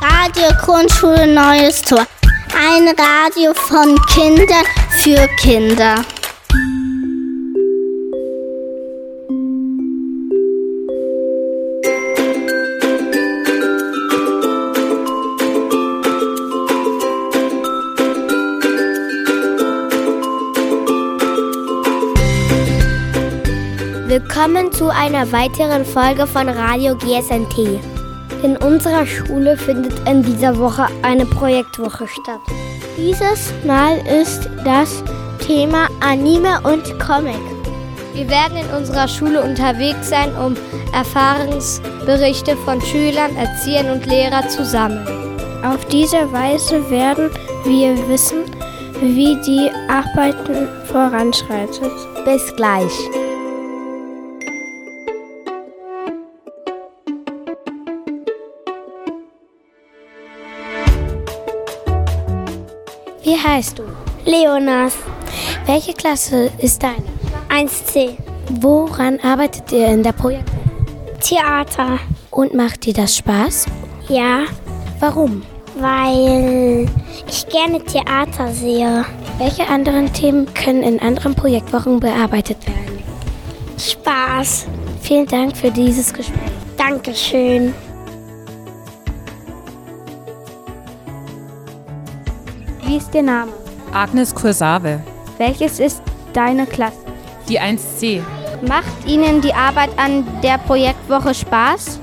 Radio Grundschule Neues Tor. Ein Radio von Kindern für Kinder. Willkommen zu einer weiteren Folge von Radio GSNT. In unserer Schule findet in dieser Woche eine Projektwoche statt. Dieses Mal ist das Thema Anime und Comic. Wir werden in unserer Schule unterwegs sein, um Erfahrungsberichte von Schülern, Erziehern und Lehrern zu sammeln. Auf diese Weise werden wir wissen, wie die Arbeiten voranschreitet. Bis gleich. Wie heißt du? Leonas, Welche Klasse ist deine? 1C, Woran arbeitet ihr in der Projektwoche? Theater. Und macht dir das Spaß? Ja, Warum? weil ich gerne Theater sehe. Welche anderen Themen können in anderen Projektwochen bearbeitet werden? Spaß. Vielen Dank für dieses Gespräch. Dankeschön. Wie ist der Name? Agnes Kursave, Welches ist deine Klasse? die 1C. Macht Ihnen die Arbeit an der Projektwoche Spaß?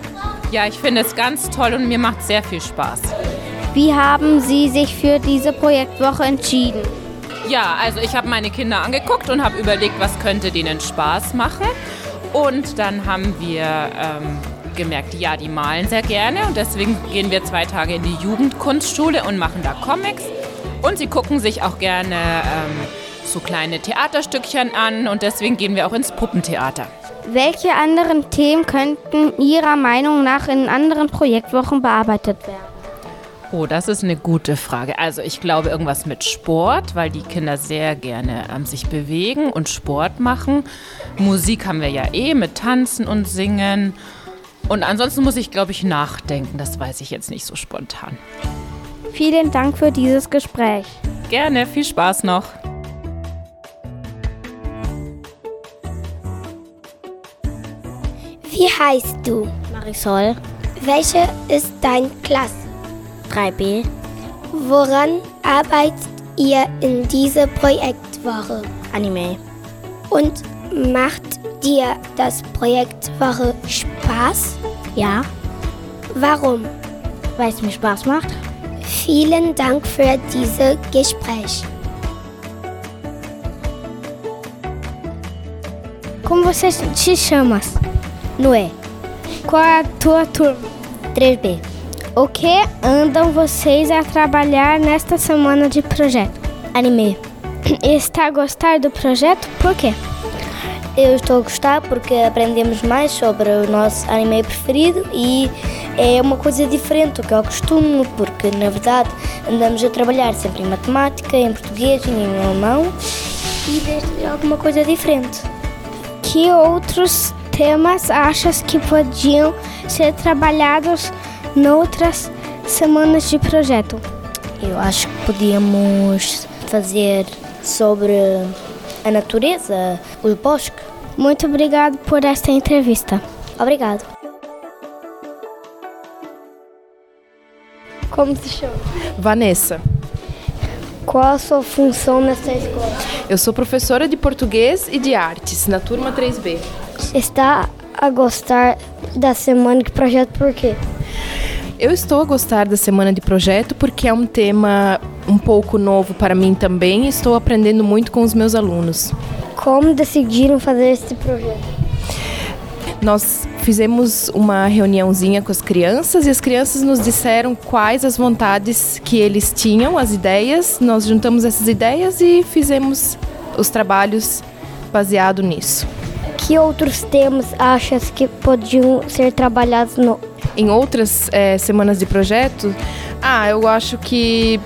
Ja, ich finde es ganz toll und mir macht sehr viel Spaß. Wie haben Sie sich für diese Projektwoche entschieden? Ja, also ich habe meine Kinder angeguckt und habe überlegt, was könnte denen Spaß machen. Und dann haben wir ähm, gemerkt, ja, die malen sehr gerne und deswegen gehen wir zwei Tage in die Jugendkunstschule und machen da Comics. Und sie gucken sich auch gerne ähm, so kleine Theaterstückchen an und deswegen gehen wir auch ins Puppentheater. Welche anderen Themen könnten Ihrer Meinung nach in anderen Projektwochen bearbeitet werden? Oh, das ist eine gute Frage. Also ich glaube irgendwas mit Sport, weil die Kinder sehr gerne ähm, sich bewegen und Sport machen. Musik haben wir ja eh mit Tanzen und Singen. Und ansonsten muss ich, glaube ich, nachdenken. Das weiß ich jetzt nicht so spontan. Vielen Dank für dieses Gespräch. Gerne, viel Spaß noch. Wie heißt du? Marisol Welche ist deine Klasse? 3b. Woran arbeitet ihr in dieser Projektwoche? Anime. Und macht dir das Projektwoche Spaß? Ja, Warum? weil es mir Spaß macht. Vielen Dank für dieses Gespräch. Como você se chama? Noé. Qual é a tua turma? 3b. O que andam vocês a trabalhar nesta semana de projeto? Anime. Está a gostar do projeto? Por quê? Eu estou a gostar porque aprendemos mais sobre o nosso anime preferido e é uma coisa diferente do que eu costumo, porque na verdade andamos a trabalhar sempre em matemática, em português e em alemão e deste é alguma coisa diferente. Que outros temas achas que podiam ser trabalhados noutras semanas de projeto? Eu acho que podíamos fazer sobre a natureza, o bosque. Muito obrigado por esta entrevista. Obrigado. Como se chama? Vanessa. Qual a sua função nessa escola? Eu sou professora de português e de artes na turma 3B. Está a Tá, gostar da semana de projeto por quê? Eu estou a gostar da semana de projeto porque é um tema um pouco novo para mim também e estou aprendendo muito com os meus alunos. Como decidiram fazer esse projeto? Nós fizemos uma reuniãozinha com as crianças e as crianças nos disseram quais as vontades que eles tinham, as ideias. Nós juntamos essas ideias e fizemos os trabalhos baseado nisso. Que outros temas achas que podiam ser trabalhados no em outras eh, semanas de projeto, ah, eu acho que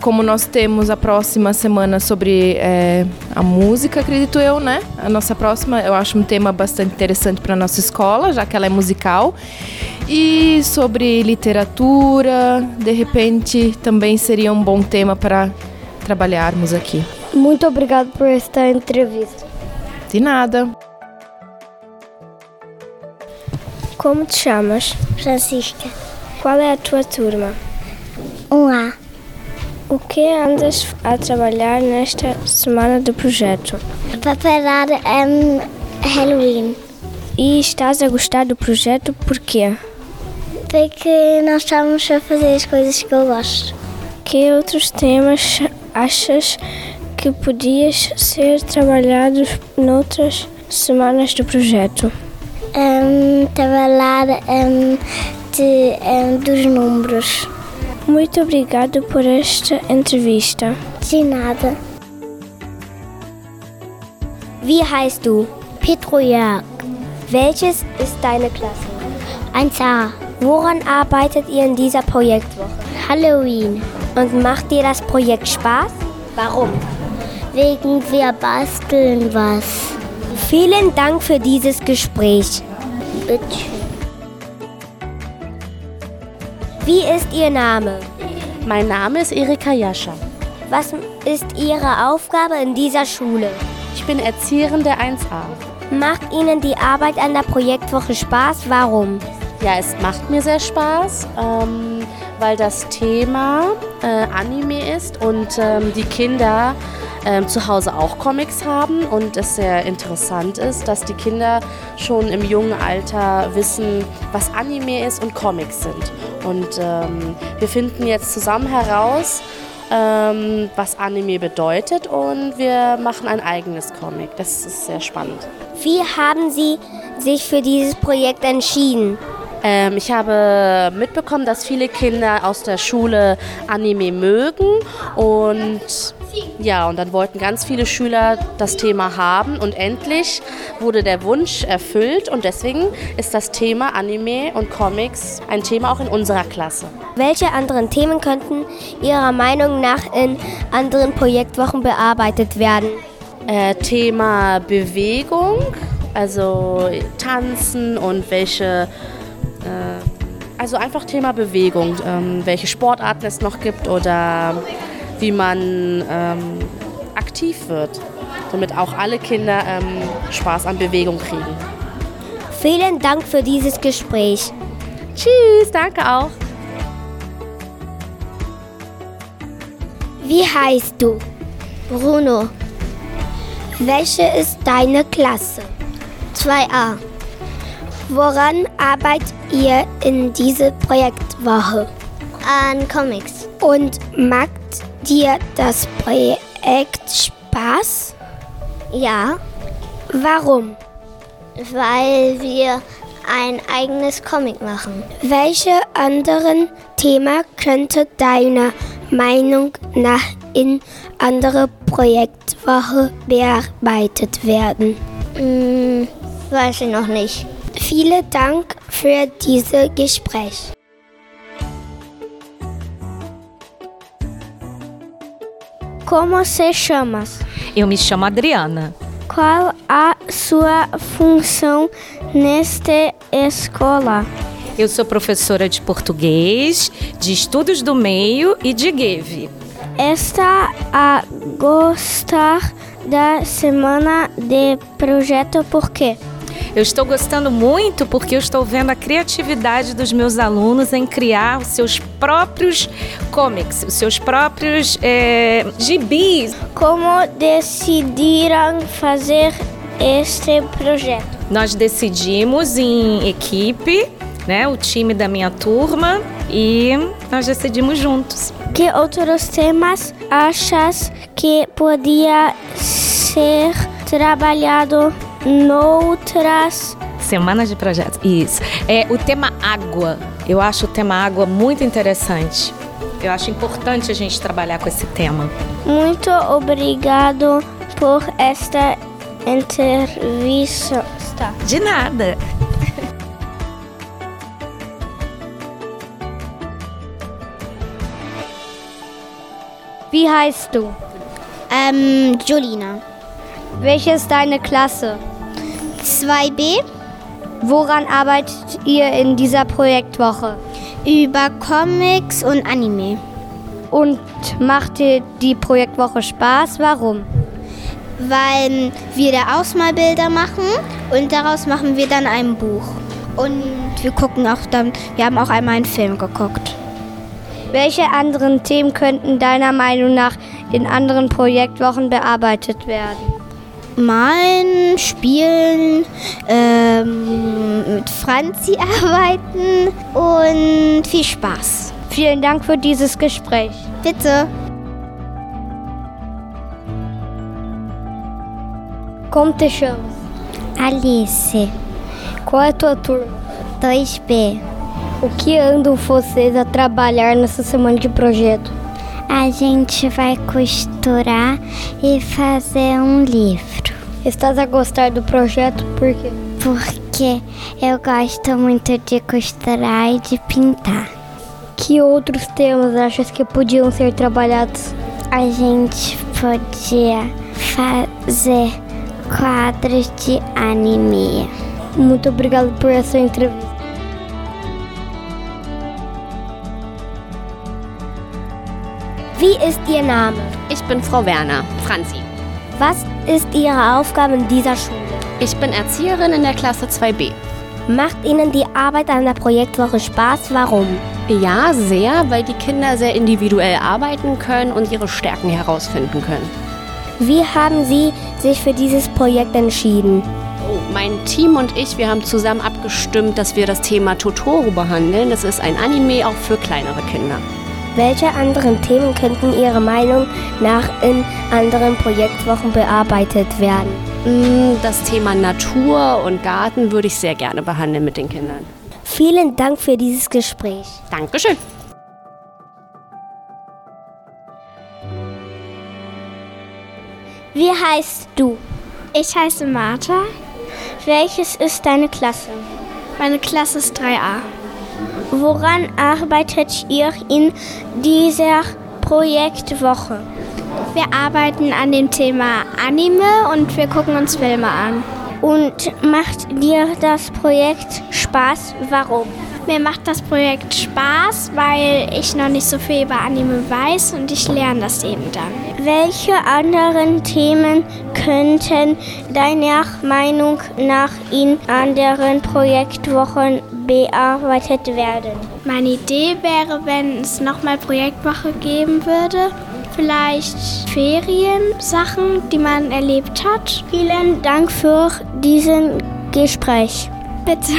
como nós temos a próxima semana sobre eh, a música, acredito eu, né? A nossa próxima, eu acho um tema bastante interessante para nossa escola, já que ela é musical. E sobre literatura, de repente também seria um bom tema para trabalharmos aqui. Muito obrigado por esta entrevista. De nada. Como te chamas? Francisca, Qual é a tua turma? um A. O que andas a trabalhar nesta semana do projeto? Preparar um, Halloween. E estás a gostar do projeto por quê? Porque nós estamos a fazer as coisas que eu gosto. Que outros temas achas que podias ser trabalhados noutras semanas do projeto? Um, trabalhar um, de, um, dos números. Muito obrigado por esta entrevista. De nada. Wie heißt du? Petrojag, Welches ist deine Klasse? 1A. Woran arbeitet ihr in dieser Projektwoche? Halloween. Und macht dir das Projekt Spaß? Warum? Wegen wir basteln was. Vielen Dank für dieses Gespräch. Bitte. Wie ist Ihr Name? Mein Name ist Erika Jascha. Was ist Ihre Aufgabe in dieser Schule? Ich bin Erziehende 1a. Macht Ihnen die Arbeit an der Projektwoche Spaß? Warum? Ja, es macht mir sehr Spaß, ähm, weil das Thema äh, Anime ist und ähm, die Kinder ähm, zu Hause auch Comics haben und es sehr interessant ist, dass die Kinder schon im jungen Alter wissen, was Anime ist und Comics sind. Und ähm, wir finden jetzt zusammen heraus, ähm, was Anime bedeutet und wir machen ein eigenes Comic. Das ist sehr spannend. Wie haben Sie sich für dieses Projekt entschieden? Ähm, ich habe mitbekommen, dass viele Kinder aus der Schule Anime mögen und ja, und dann wollten ganz viele Schüler das Thema haben und endlich wurde der Wunsch erfüllt und deswegen ist das Thema Anime und Comics ein Thema auch in unserer Klasse. Welche anderen Themen könnten Ihrer Meinung nach in anderen Projektwochen bearbeitet werden? Äh, Thema Bewegung, also Tanzen und welche, äh, also einfach Thema Bewegung, ähm, welche Sportarten es noch gibt oder wie man ähm, aktiv wird, damit auch alle Kinder ähm, Spaß an Bewegung kriegen. Vielen Dank für dieses Gespräch. Tschüss, danke auch. Wie heißt du? Bruno, Welche ist deine Klasse? 2A. Woran arbeitet ihr in dieser Projektwoche? An Comics. Und macht dir das Projekt Spaß? Ja, Warum? weil wir ein eigenes Comic machen. Welche anderen Themen könnte deiner Meinung nach in andere Projektwoche bearbeitet werden? Hm, weiß ich noch nicht. Vielen Dank für dieses Gespräch. Como se chamas? Eu me chamo Adriana. Qual a sua função nesta escola? Eu sou professora de português, de estudos do meio e de GEVE. Está a gostar da semana de projeto por quê? Eu estou gostando muito porque eu estou vendo a criatividade dos meus alunos em criar os seus próprios comics, os seus próprios eh, gibis. Como decidiram fazer este projeto? Nós decidimos em equipe, né, o time da minha turma, e nós decidimos juntos. Que outros temas achas que podia ser trabalhado noutras? Semanas de projetos. Isso. É, o tema água. Eu acho o tema água muito interessante. Eu acho importante a gente trabalhar com esse tema. Muito obrigado por esta entrevista. De nada. Wie heißt du? Ähm, Julina. Welche ist deine Klasse? 2B. Woran arbeitet ihr in dieser Projektwoche? Über Comics und Anime. Und macht dir die Projektwoche Spaß? Warum? Weil wir da Ausmalbilder machen und daraus machen wir dann ein Buch. Und wir gucken auch dann, wir haben auch einmal einen Film geguckt. Welche anderen Themen könnten deiner Meinung nach in anderen Projektwochen bearbeitet werden? Malen, spielen, ähm, mit Franzi arbeiten und viel Spaß. Vielen Dank für dieses Gespräch. Bitte. Como te chamas? Alice. Qual é a tua turma? 2B. O que andam vocês a trabalhar nessa semana de projeto? A gente vai costurar e fazer um livro, Estás a gostar do projeto por quê? porque eu gosto muito de costurar e de pintar. Que outros temas achas que podiam ser trabalhados? A gente podia fazer quadros de anime. Muito obrigado por essa entrevista. Wie ist Ihr Name? Ich bin Frau Werner, Franzi. Was ist Ihre Aufgabe in dieser Schule? Ich bin Erzieherin in der Klasse 2b. Macht Ihnen die Arbeit an der Projektwoche Spaß? Warum? Ja, sehr, weil die Kinder sehr individuell arbeiten können und ihre Stärken herausfinden können. Wie haben Sie sich für dieses Projekt entschieden? Oh, mein Team und ich, wir haben zusammen abgestimmt, dass wir das Thema Totoro behandeln. Das ist ein Anime auch für kleinere Kinder. Welche anderen Themen könnten Ihrer Meinung nach in anderen Projektwochen bearbeitet werden? Mm, Das Thema Natur und Garten würde ich sehr gerne behandeln mit den Kindern. Vielen Dank für dieses Gespräch. Dankeschön. Wie heißt du? Ich heiße Martha. Welches ist deine Klasse? Meine Klasse ist 3a. Woran arbeitet ihr in dieser Projektwoche? Wir arbeiten an dem Thema Anime und wir gucken uns Filme an. Und macht dir das Projekt Spaß? Warum? Mir macht das Projekt Spaß, weil ich noch nicht so viel über Anime weiß und ich lerne das eben dann. Welche anderen Themen könnten deiner Meinung nach in anderen Projektwochen bearbeitet werden? Meine Idee wäre, wenn es nochmal Projektwoche geben würde. Vielleicht Feriensachen, die man erlebt hat. Vielen Dank für diesen Gespräch. Bitte.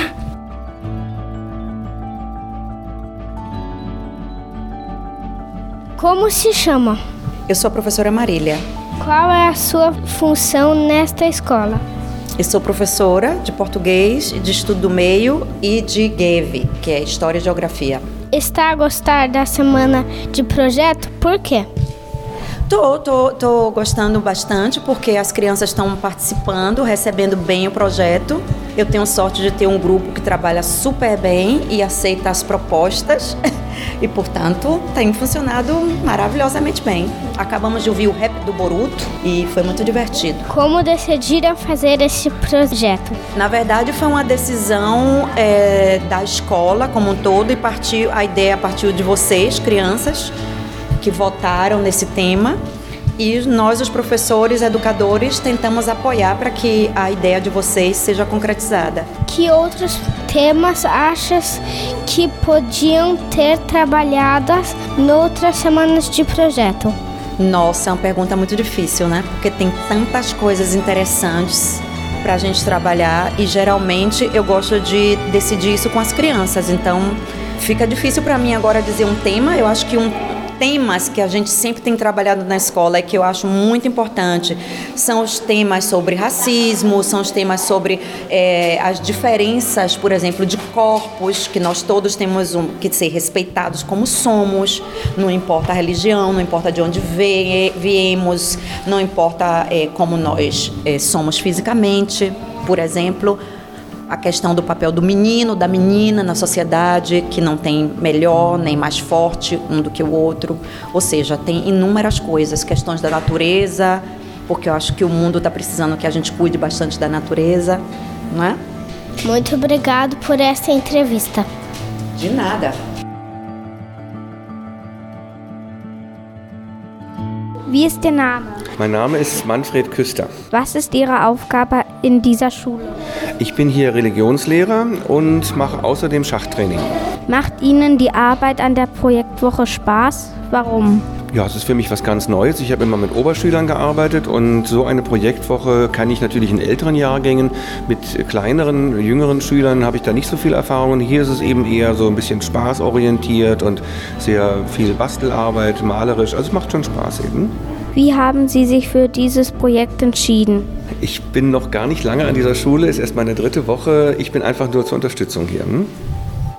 Como se chama? Eu sou a professora Marília. Qual é a sua função nesta escola? Eu sou professora de português, de estudo do meio e de GEV, que é História e Geografia. Está a gostar da semana de projeto? Por quê? Tô, tô, tô gostando bastante porque as crianças estão participando, recebendo bem o projeto. Eu tenho sorte de ter um grupo que trabalha super bem e aceita as propostas e, portanto, tem funcionado maravilhosamente bem. Acabamos de ouvir o rap do Boruto e foi muito divertido. Como decidiram fazer este projeto? Na verdade, foi uma decisão eh, da escola como um todo e partiu, a ideia partiu de vocês, crianças, que votaram nesse tema. E nós, os professores, educadores, tentamos apoiar para que a ideia de vocês seja concretizada. Que outros temas achas que podiam ter trabalhadas noutras semanas é de projeto? Nossa, é uma pergunta muito difícil, né? Porque tem tantas coisas interessantes para a gente trabalhar e geralmente eu gosto de decidir isso com as crianças. Então fica difícil para mim agora dizer um tema. Eu acho que um temas que a gente sempre tem trabalhado na escola e que eu acho muito importante são os temas sobre racismo, são os temas sobre eh, as diferenças, por exemplo, de corpos que nós todos temos um- que ser respeitados como somos. Não importa a religião, não importa de onde ve- viemos, não importa eh, como nós eh, somos fisicamente, por exemplo. A questão do papel do menino, da menina na sociedade, que não tem melhor nem mais forte um do que o outro. Ou seja, tem inúmeras coisas, questões da natureza, tá porque eu acho que o mundo está precisando que a gente cuide bastante da natureza, não é? Muito obrigado por esta entrevista. De nada. Wie ist Ihr Name? Mein Name ist Manfred Küster. Was ist Ihre Aufgabe in dieser Schule? Ich bin hier Religionslehrer und mache außerdem Schachtraining. Macht Ihnen die Arbeit an der Projektwoche Spaß? Warum? Ja, es ist für mich was ganz Neues. Ich habe immer mit Oberschülern gearbeitet und so eine Projektwoche kann ich natürlich in älteren Jahrgängen. Mit kleineren, jüngeren Schülern habe ich da nicht so viel Erfahrung. Hier ist es eben eher so ein bisschen spaßorientiert und sehr viel Bastelarbeit, malerisch. Also es macht schon Spaß eben. Wie haben Sie sich für dieses Projekt entschieden? Ich bin noch gar nicht lange an dieser Schule, ist erst meine dritte Woche. Ich bin einfach nur zur Unterstützung hier. Hm?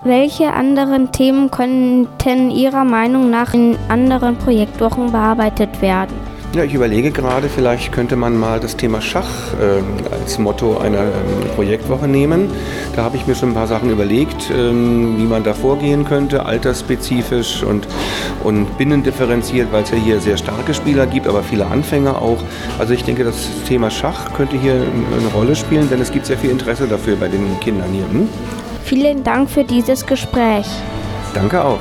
Welche anderen Themen könnten Ihrer Meinung nach in anderen Projektwochen bearbeitet werden? Ja, ich überlege gerade, vielleicht könnte man mal das Thema Schach ähm, als Motto einer ähm, Projektwoche nehmen. Da habe ich mir schon ein paar Sachen überlegt, ähm, wie man da vorgehen könnte, altersspezifisch und, und binnendifferenziert, weil es ja hier sehr starke Spieler gibt, aber viele Anfänger auch. Also ich denke, das Thema Schach könnte hier ähm, eine Rolle spielen, denn es gibt sehr viel Interesse dafür bei den Kindern hier. Hm? Vielen Dank für dieses Gespräch. Danke auch.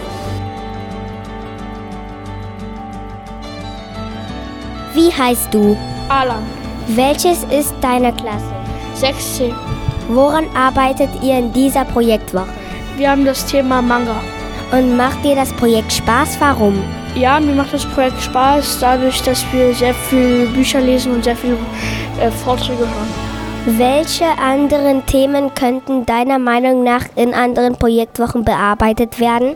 Wie heißt du? Alan. Welches ist deine Klasse? 6C. Woran arbeitet ihr in dieser Projektwoche? Wir haben das Thema Manga. Und macht dir das Projekt Spaß? Warum? Ja, mir macht das Projekt Spaß, dadurch, dass wir sehr viel Bücher lesen und sehr viele äh, Vorträge hören. Welche anderen Themen könnten deiner Meinung nach in anderen Projektwochen bearbeitet werden?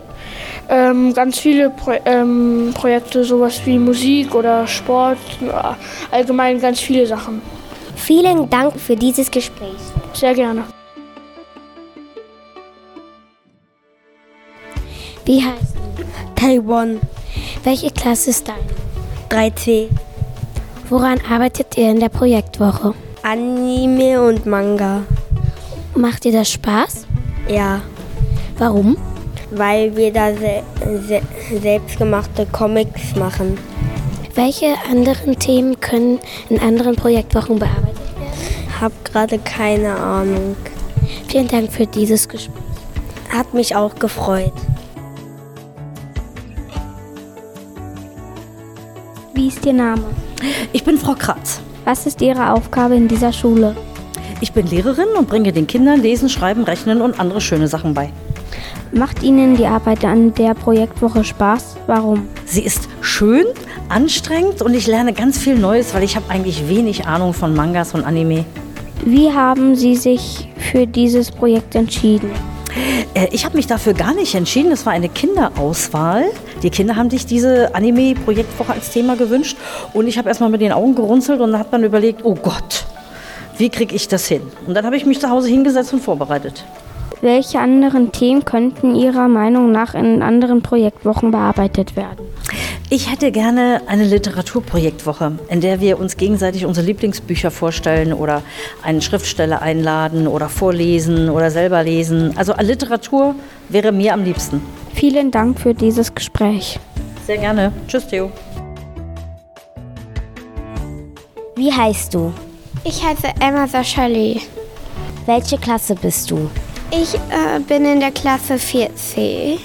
Ähm, ganz viele Pro ähm, Projekte, sowas wie Musik oder Sport, äh, allgemein ganz viele Sachen. Vielen Dank für dieses Gespräch. Sehr gerne. Wie heißt du? Taiwan. Welche Klasse ist deine? 3C. Woran arbeitet ihr in der Projektwoche? Anime und Manga. Macht dir das Spaß? Ja, Warum? weil wir da se se selbstgemachte Comics machen. Welche anderen Themen können in anderen Projektwochen bearbeitet werden? Hab gerade keine Ahnung. Vielen Dank für dieses Gespräch. Hat mich auch gefreut. Wie ist Ihr Name? Ich bin Frau Kratz. Was ist Ihre Aufgabe in dieser Schule? Ich bin Lehrerin und bringe den Kindern Lesen, Schreiben, Rechnen und andere schöne Sachen bei. Macht Ihnen die Arbeit an der Projektwoche Spaß? Warum? Sie ist schön, anstrengend und ich lerne ganz viel Neues, weil ich habe eigentlich wenig Ahnung von Mangas und Anime. Wie haben Sie sich für dieses Projekt entschieden? Äh, Ich habe mich dafür gar nicht entschieden. Es war eine Kinderauswahl. Die Kinder haben sich diese Anime-Projektwoche als Thema gewünscht. Und ich habe erstmal mit den Augen gerunzelt und dann hat man überlegt, oh Gott, wie kriege ich das hin? Und dann habe ich mich zu Hause hingesetzt und vorbereitet. Welche anderen Themen könnten Ihrer Meinung nach in anderen Projektwochen bearbeitet werden? Ich hätte gerne eine Literaturprojektwoche, in der wir uns gegenseitig unsere Lieblingsbücher vorstellen oder einen Schriftsteller einladen oder vorlesen oder selber lesen. Also Literatur wäre mir am liebsten. Vielen Dank für dieses Gespräch. Sehr gerne. Tschüss, Theo. Wie heißt du? Ich heiße Emma Saschali. Welche Klasse bist du? Ich äh, bin in der Klasse 4C.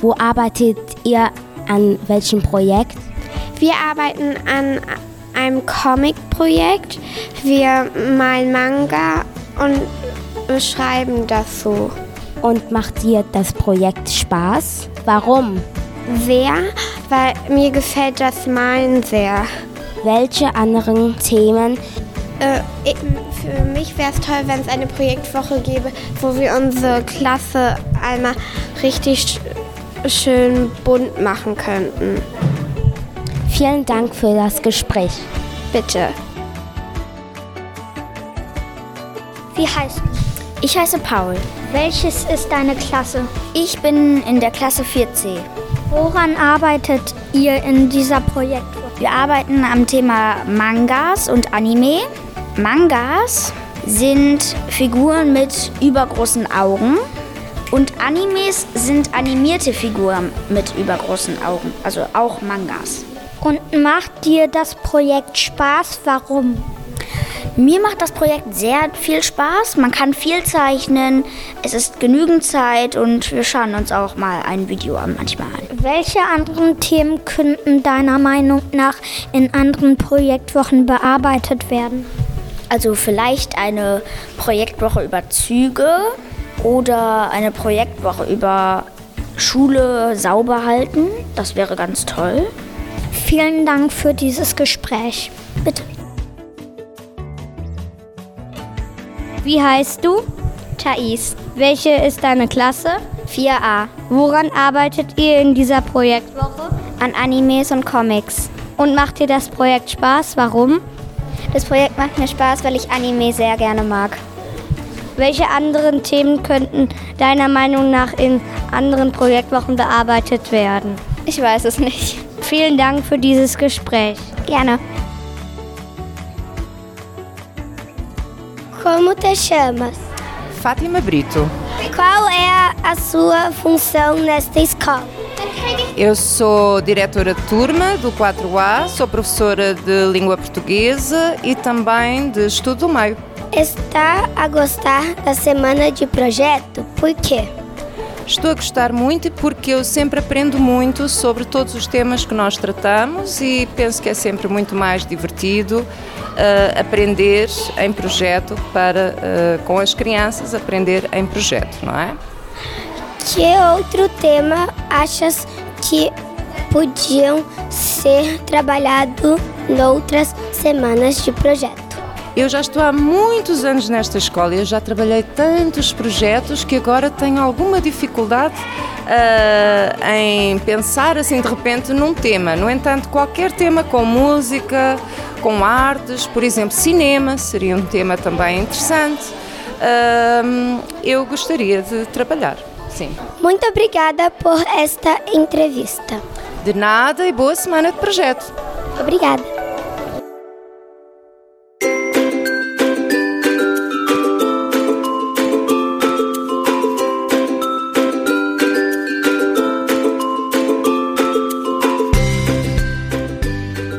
Wo arbeitet ihr an welchem Projekt? Wir arbeiten an einem Comic-Projekt. Wir malen Manga und schreiben dazu. Und macht dir das Projekt Spaß? Warum? Sehr, weil mir gefällt das Malen sehr. Welche anderen Themen? Äh, ich- für mich wäre es toll, wenn es eine Projektwoche gäbe, wo wir unsere Klasse einmal richtig sch- schön bunt machen könnten. Vielen Dank für das Gespräch. Bitte. Wie heißt du? Ich heiße Paul. Welches ist deine Klasse? Ich bin in der Klasse 4C. Woran arbeitet ihr in dieser Projektwoche? Wir arbeiten am Thema Mangas und Anime. Mangas sind Figuren mit übergroßen Augen und Animes sind animierte Figuren mit übergroßen Augen, also auch Mangas. Und macht dir das Projekt Spaß? Warum? Mir macht das Projekt sehr viel Spaß. Man kann viel zeichnen. Es ist genügend Zeit und wir schauen uns auch mal ein Video an manchmal an. Welche anderen Themen könnten deiner Meinung nach in anderen Projektwochen bearbeitet werden? Also vielleicht eine Projektwoche über Züge oder eine Projektwoche über Schule sauber halten. Das wäre ganz toll. Vielen Dank für dieses Gespräch. Bitte. Wie heißt du? Thais. Welche ist deine Klasse? 4a. Woran arbeitet ihr in dieser Projektwoche? An Animes und Comics. Und macht dir das Projekt Spaß? Warum? Das Projekt macht mir Spaß, weil ich Anime sehr gerne mag. Welche anderen Themen könnten deiner Meinung nach in anderen Projektwochen bearbeitet werden? Ich weiß es nicht. Vielen Dank für dieses Gespräch. Gerne. Como te chamas? Fátima Brito. Qual é a sua função nesta escola? Eu sou diretora de turma do 4A, sou professora de língua portuguesa e também de estudo do meio. Está a gostar da semana de projeto? Por quê? Estou a gostar muito porque eu sempre aprendo muito sobre todos os temas que nós tratamos e penso que é sempre muito mais divertido eh, aprender em projeto para eh, com as crianças aprender em projeto, não é? Que outro tema achas que podiam ser trabalhado noutras semanas de projeto? Eu já estou há muitos anos nesta escola, eu já trabalhei tantos projetos que agora tenho alguma dificuldade ah, em pensar assim de repente num tema. No entanto, qualquer tema com música, com artes, por exemplo, cinema seria um tema também interessante. Ahm, eu gostaria de trabalhar, sim. Muito obrigada por esta entrevista. De nada e boa semana de projeto. Obrigada.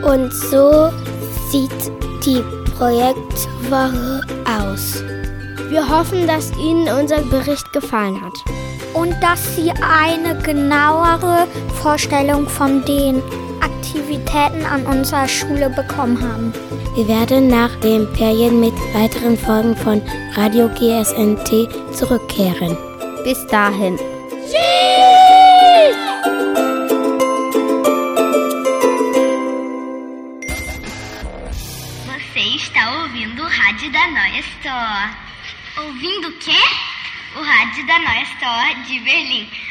Und so sieht die Projektwoche aus. Wir hoffen, dass Ihnen unser Bericht gefallen hat. Und dass Sie eine genauere Vorstellung von den Aktivitäten an unserer Schule bekommen haben. Wir werden nach den Ferien mit weiteren Folgen von Radio GSNT zurückkehren. Bis dahin. Você está ouvindo o rádio da Noia Store. Ouvindo o quê? O rádio da Noia Store de Berlim.